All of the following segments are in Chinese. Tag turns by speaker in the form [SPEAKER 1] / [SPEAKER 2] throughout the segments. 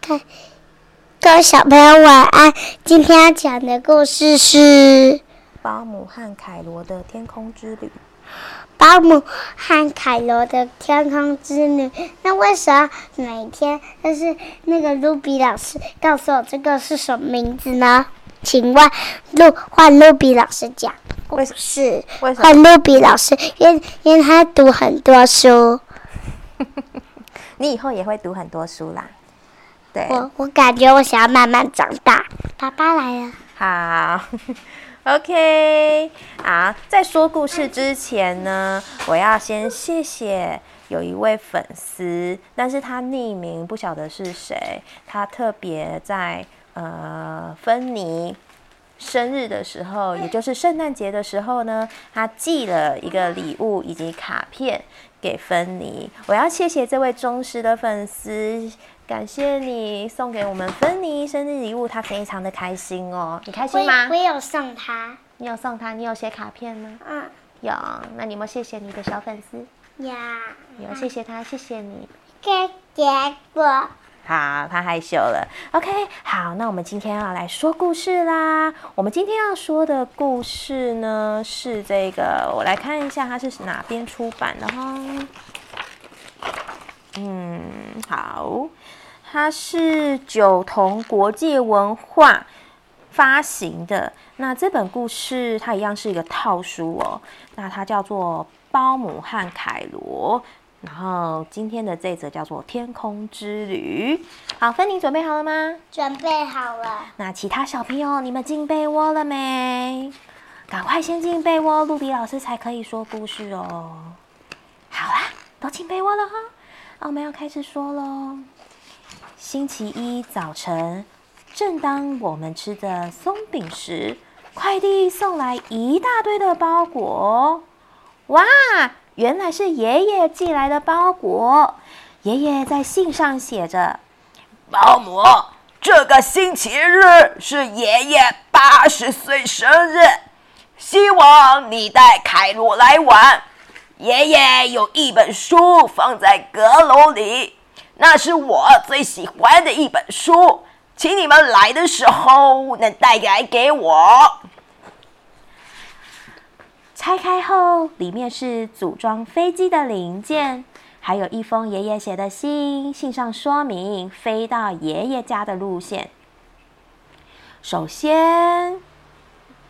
[SPEAKER 1] 看，各小朋友晚安。今天要讲的故事是
[SPEAKER 2] 保姆和凯罗的天空之旅。
[SPEAKER 1] 保姆和凯罗的天空之旅。那为什么每天就是那个露比老师告诉我这个是什么名字呢？请问露换露比老师讲故
[SPEAKER 2] 为什
[SPEAKER 1] 事，
[SPEAKER 2] 为什么
[SPEAKER 1] 换露比老师，因为因为他读很多书，
[SPEAKER 2] 你以后也会读很多书啦？对，
[SPEAKER 1] 我我感觉我想要慢慢长大。爸爸来了。
[SPEAKER 2] 好，OK，好。在说故事之前呢，我要先谢谢有一位粉丝，但是他匿名，不晓得是谁。他特别在呃芬妮生日的时候，也就是圣诞节的时候呢，他寄了一个礼物以及卡片给芬妮。我要谢谢这位忠实的粉丝，感谢你送给我们芬妮生日礼物，她非常的开心哦。你开
[SPEAKER 1] 我
[SPEAKER 2] 心吗
[SPEAKER 1] 我？有送他，
[SPEAKER 2] 你有送她？你有写卡片吗？
[SPEAKER 1] 嗯
[SPEAKER 2] 有。那你有没有谢谢你的小粉丝？
[SPEAKER 1] 呀，
[SPEAKER 2] 有，谢谢她，谢谢你。
[SPEAKER 1] 这结果
[SPEAKER 2] 好，他害羞了。OK，好，那我们今天要来说故事啦。我们今天要说的故事呢，是这个，我来看一下它是哪边出版的哈。嗯，好，它是九童国际文化发行的。那这本故事它一样是一个套书哦，那它叫做《包姆和凯罗》，然后今天的这则叫做《天空之旅》。好，芬妮准备好了吗？
[SPEAKER 1] 准备好了，
[SPEAKER 2] 那其他小朋友，你们进被窝了没？啊赶快先进被窝，露比老师才可以说故事哦。好啦，都进被窝了哈，那我们要开始说喽。星期一早晨，正当我们吃着松饼时，快递送来一大堆的包裹。哇，原来是爷爷寄来的包裹。爷爷在信上写着。保姆，这个星期日是爷爷八十岁生日，希望你带凯罗来玩。爷爷有一本书放在阁楼里，那是我最喜欢的一本书，请你们来的时候能带来给我。拆开后，里面是组装飞机的零件，还有一封爷爷写的信，信上说明飞到爷爷家的路线。首先，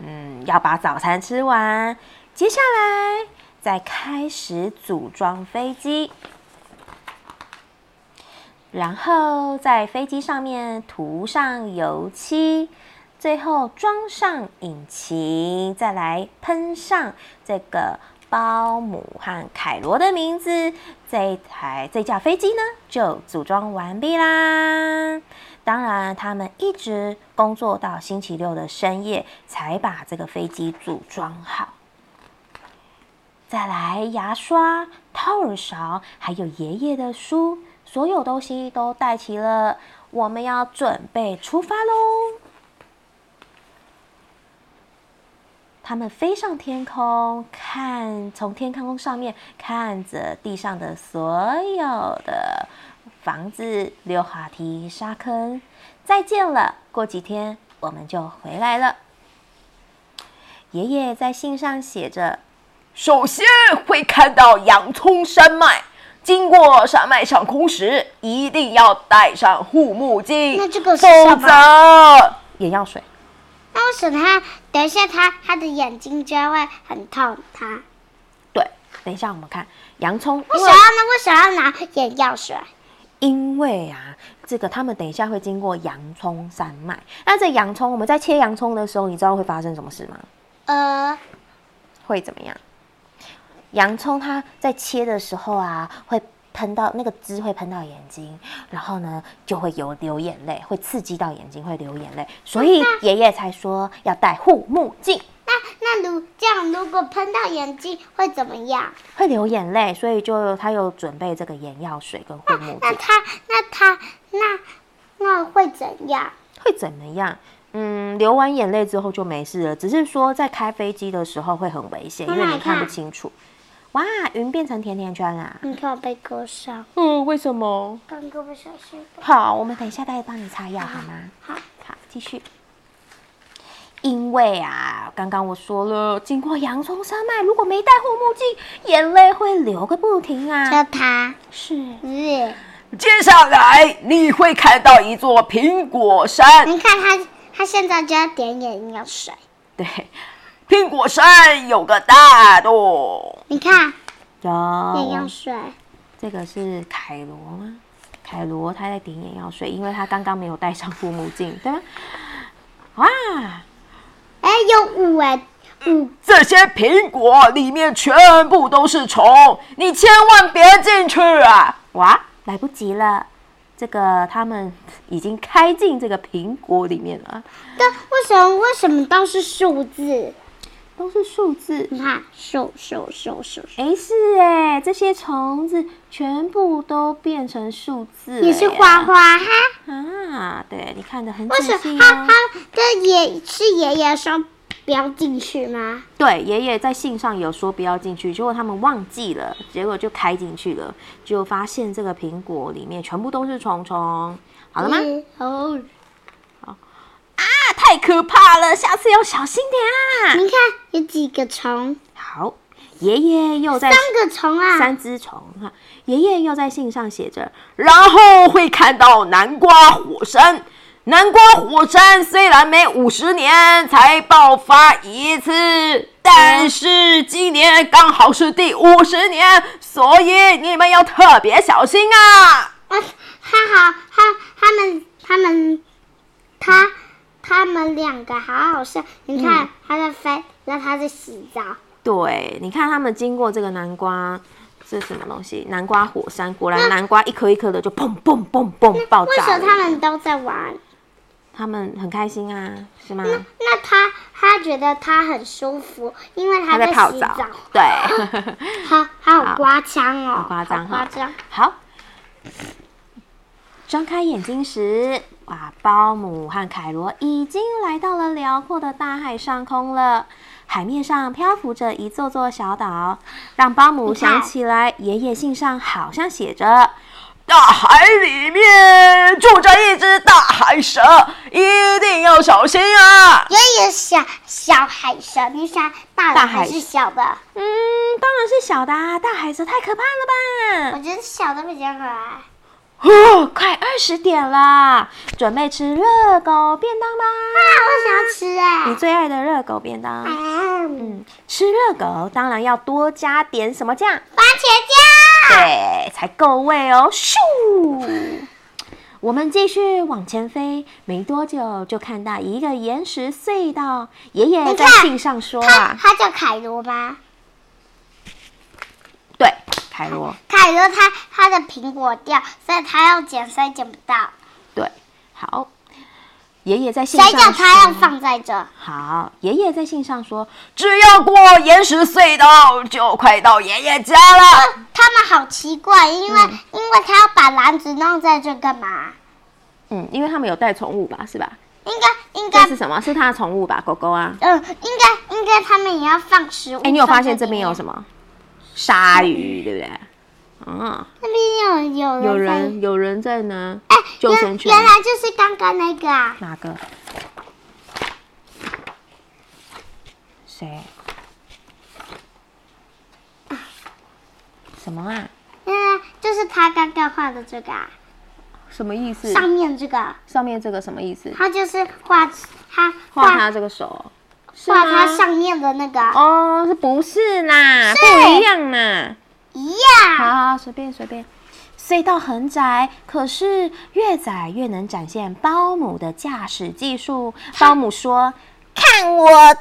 [SPEAKER 2] 嗯，要把早餐吃完，接下来再开始组装飞机，然后在飞机上面涂上油漆，最后装上引擎，再来喷上这个包姆和凯罗的名字，这一台这架飞机呢就组装完毕啦。当然，他们一直工作到星期六的深夜，才把这个飞机组装好。再来牙刷、掏耳勺，还有爷爷的书，所有东西都带齐了，我们要准备出发喽！他们飞上天空，看从天空上面看着地上的所有的房子、溜滑梯、沙坑。再见了，过几天我们就回来了。爷爷在信上写着。首先会看到洋葱山脉，经过山脉上空时，一定要戴上护目镜
[SPEAKER 1] 那这个是什么？
[SPEAKER 2] 则眼药水。
[SPEAKER 1] 那为什么他等一下他他的眼睛就会很痛？他
[SPEAKER 2] 对，等一下我们看洋葱，
[SPEAKER 1] 为
[SPEAKER 2] 因
[SPEAKER 1] 什
[SPEAKER 2] 为
[SPEAKER 1] 么呢？为什么要拿眼药水？
[SPEAKER 2] 因为啊，这个他们等一下会经过洋葱山脉。那这洋葱，我们在切洋葱的时候，你知道会发生什么事吗？
[SPEAKER 1] 呃，
[SPEAKER 2] 会怎么样？洋葱它在切的时候啊，会喷到那个汁会喷到眼睛，然后呢就会有流眼泪，会刺激到眼睛，会流眼泪，所
[SPEAKER 1] 哦
[SPEAKER 2] 以爷爷才说要戴护目镜，
[SPEAKER 1] 那那如这样如果喷到眼睛会怎么样？
[SPEAKER 2] 会流眼泪，所以就他有准备这个眼药水跟护目
[SPEAKER 1] 那
[SPEAKER 2] 镜，
[SPEAKER 1] 他那他那那会怎样？
[SPEAKER 2] 会怎么样？嗯，流完眼泪之后就没事了，只是说在开飞机的时候会很危险，因为你看不清楚。哇，云变成甜甜圈啊啦！
[SPEAKER 1] 你看我被割伤，
[SPEAKER 2] 嗯，为什么？
[SPEAKER 1] 刚胳膊小心。
[SPEAKER 2] 好，我们等一下再帮你擦药好吗？
[SPEAKER 1] 好，
[SPEAKER 2] 好，继续。因为啊，刚刚我说了，经过洋葱山脉，如果没戴护目镜，眼泪会流个不停啊。
[SPEAKER 1] 叫他
[SPEAKER 2] 是，
[SPEAKER 1] 是，
[SPEAKER 3] 接下来你会看到一座苹果山，
[SPEAKER 1] 你看他，他现在就要点眼药水。
[SPEAKER 3] 对，苹果山有个大洞，
[SPEAKER 1] 你看眼药
[SPEAKER 2] 有
[SPEAKER 1] 水，
[SPEAKER 2] 这个是凯罗吗？凯罗他在点眼药水，因为他刚刚没有戴上护目镜，对吗？哇，
[SPEAKER 1] 哎，有五哎，五
[SPEAKER 3] 这些苹果里面全部都是虫，你千万别进去啊！
[SPEAKER 2] 哇，来不及了！这个他们已经开进这个苹果里面了，
[SPEAKER 1] 个哎为什么为什么都是数字？
[SPEAKER 2] 都是数字。
[SPEAKER 1] 你看数数数数，数
[SPEAKER 2] 诶，是哎，这些虫子全部都变成数字。
[SPEAKER 1] 也是花花哈。
[SPEAKER 2] 哎啊？对，你看的很
[SPEAKER 1] 为什
[SPEAKER 2] 仔
[SPEAKER 1] 么
[SPEAKER 2] 细
[SPEAKER 1] 他
[SPEAKER 2] 啊
[SPEAKER 1] 他。这爷是爷爷说不要进去吗？
[SPEAKER 2] 对，爷爷在信上有说不要进去，结果他们忘记了，结果就开进去了，就发现这个苹果里面全部都是虫虫。好了吗？
[SPEAKER 1] 嗯哦，
[SPEAKER 2] 啊，太可怕了，下次要小心点啊。
[SPEAKER 1] 你看有几个虫？
[SPEAKER 2] 好，爷爷又在
[SPEAKER 1] 三个虫啊！
[SPEAKER 2] 三只虫哈，爷爷又在信上写着，
[SPEAKER 3] 然后会看到南瓜火山。南瓜火山虽然每五十年才爆发一次，但是今年刚好是第五十年，所以你们要特别小心啊！
[SPEAKER 1] 啊，他好，他他们他们他他们两个好好笑。你
[SPEAKER 2] 嗯
[SPEAKER 1] 看他在飞，然后他在洗澡。
[SPEAKER 2] 对，你看他们经过这个南瓜，这是什么东西？南瓜火山，果然南瓜一颗一颗的就砰砰砰砰爆
[SPEAKER 1] 为
[SPEAKER 2] 炸
[SPEAKER 1] 什
[SPEAKER 2] 了
[SPEAKER 1] 么他们都在玩？
[SPEAKER 2] 他们很开心啊，是吗？
[SPEAKER 1] 那他他觉得他很舒服，因为他
[SPEAKER 2] 他在泡
[SPEAKER 1] 洗
[SPEAKER 2] 澡，对，
[SPEAKER 1] 他他
[SPEAKER 2] 好
[SPEAKER 1] 好夸张哦，
[SPEAKER 2] 好夸
[SPEAKER 1] 好
[SPEAKER 2] 张
[SPEAKER 1] 夸
[SPEAKER 2] 哈
[SPEAKER 1] 张。
[SPEAKER 2] 好。张开眼睛时，哇，包姆和凯罗已经来到了辽阔的大海上空了。海面上漂浮着一座座小岛，让包姆想起来，爷爷信上好像写着
[SPEAKER 3] 大海里面住着一只大海蛇，一定要小心啊！
[SPEAKER 1] 爷爷小小海蛇，你想大
[SPEAKER 2] 大
[SPEAKER 1] 的
[SPEAKER 2] 海
[SPEAKER 1] 还是小的？：“
[SPEAKER 2] 嗯，当然是小的、啊，大海蛇太可怕了吧
[SPEAKER 1] 我！”觉得小的比较可爱。
[SPEAKER 2] 哦，快二十点了，准备吃热狗便当
[SPEAKER 1] 啊，
[SPEAKER 2] 啦！
[SPEAKER 1] 我想要吃哎、
[SPEAKER 2] 你最爱的热狗便当。
[SPEAKER 1] 嗯，
[SPEAKER 2] 吃热狗当然要多加点什么酱，
[SPEAKER 1] 番茄酱。
[SPEAKER 2] 对，才够味哦。咻！我们继续往前飞，没多久就看到一个岩石隧道。爷爷
[SPEAKER 1] 你
[SPEAKER 2] 在
[SPEAKER 1] 看
[SPEAKER 2] 信上说
[SPEAKER 1] 他
[SPEAKER 2] 啊，
[SPEAKER 1] 他叫凯罗吗？
[SPEAKER 2] 对，凯罗，
[SPEAKER 1] 凯罗他他的苹果掉，所以他要捡，所以捡不到。
[SPEAKER 2] 对，好。爷爷在信
[SPEAKER 1] 谁
[SPEAKER 2] 上
[SPEAKER 1] 叫他要
[SPEAKER 2] 说
[SPEAKER 1] 放在这？哦
[SPEAKER 2] 好，爷爷在信上说，
[SPEAKER 3] 只要过岩石隧道，就快到爷爷家了。
[SPEAKER 1] 他们好奇怪，因为、因为他要把篮子弄在这干嘛？
[SPEAKER 2] 嗯，因为他们有带宠物吧，是吧？
[SPEAKER 1] 应该应
[SPEAKER 2] 这
[SPEAKER 1] 该
[SPEAKER 2] 是什么？是他的宠物吧，狗狗啊。
[SPEAKER 1] 嗯，应该应该他们也要放食物。
[SPEAKER 2] 哎、你有发现这边有
[SPEAKER 1] 么？
[SPEAKER 2] 什么？鲨鱼，对不对？嗯，
[SPEAKER 1] 那边有有
[SPEAKER 2] 有
[SPEAKER 1] 在
[SPEAKER 2] 人有人在拿
[SPEAKER 1] 哎，
[SPEAKER 2] 救
[SPEAKER 1] 原
[SPEAKER 2] 生圈
[SPEAKER 1] 原来就是刚刚那个啊，
[SPEAKER 2] 哪个？谁？什么啊？
[SPEAKER 1] 嗯，就是他刚刚画的这个啊，
[SPEAKER 2] 什么意思？
[SPEAKER 1] 上面这个，
[SPEAKER 2] 上面这个什么意思？
[SPEAKER 1] 他就是画他
[SPEAKER 2] 画他这个手，是
[SPEAKER 1] 画
[SPEAKER 2] 吗？
[SPEAKER 1] 他上面的那个
[SPEAKER 2] 哦，是不是啦？
[SPEAKER 1] 是
[SPEAKER 2] 不一样啦。
[SPEAKER 1] 一样，
[SPEAKER 2] 好，啊随便随便。隧道很窄，可是越窄越能展现包姆的驾驶技术。包姆说：“看我的！”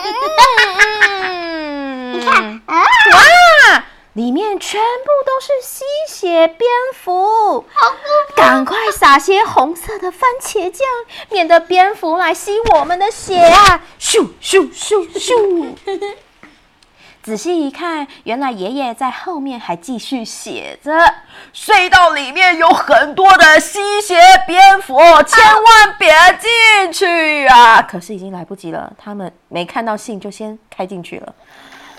[SPEAKER 2] 嗯嗯嗯
[SPEAKER 1] 你看啊，
[SPEAKER 2] 哇， 里面全部都是吸血蝙蝠，
[SPEAKER 1] 好不
[SPEAKER 2] 赶快撒些红色的番茄酱，免得蝙蝠来吸我们的血啊！咻咻咻 咻！仔细一看，原来爷爷在后面还继续写着。
[SPEAKER 3] 隧道里面有很多的吸血蝙蝠，千万别进去啊！
[SPEAKER 2] 可是已经来不及了，他们没看到信就先开进去了。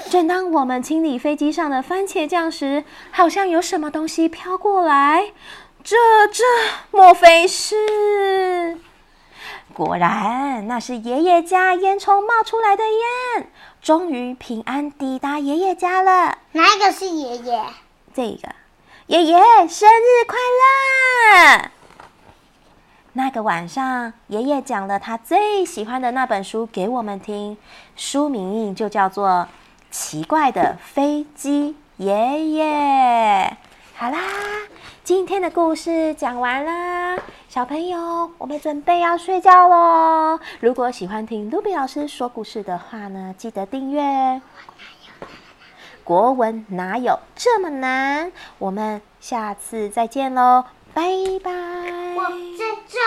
[SPEAKER 2] 正当我们清理飞机上的番茄酱时，好像有什么东西飘过来。这这，莫非是？果然，那是爷爷家烟囱冒出来的烟，终于平安抵达爷爷家了。
[SPEAKER 1] 哪一个是爷爷？
[SPEAKER 2] 这个，爷爷生日快乐！那个晚上，爷爷讲了他最喜欢的那本书给我们听，书名就叫做《奇怪的飞机爷爷》。好啦，今天的故事讲完啦，小朋友，我们准备要睡觉喽。如果喜欢听卢比老师说故事的话呢，记得订阅。国文哪有这么难？我们下次再见喽，拜拜。
[SPEAKER 1] 我在这。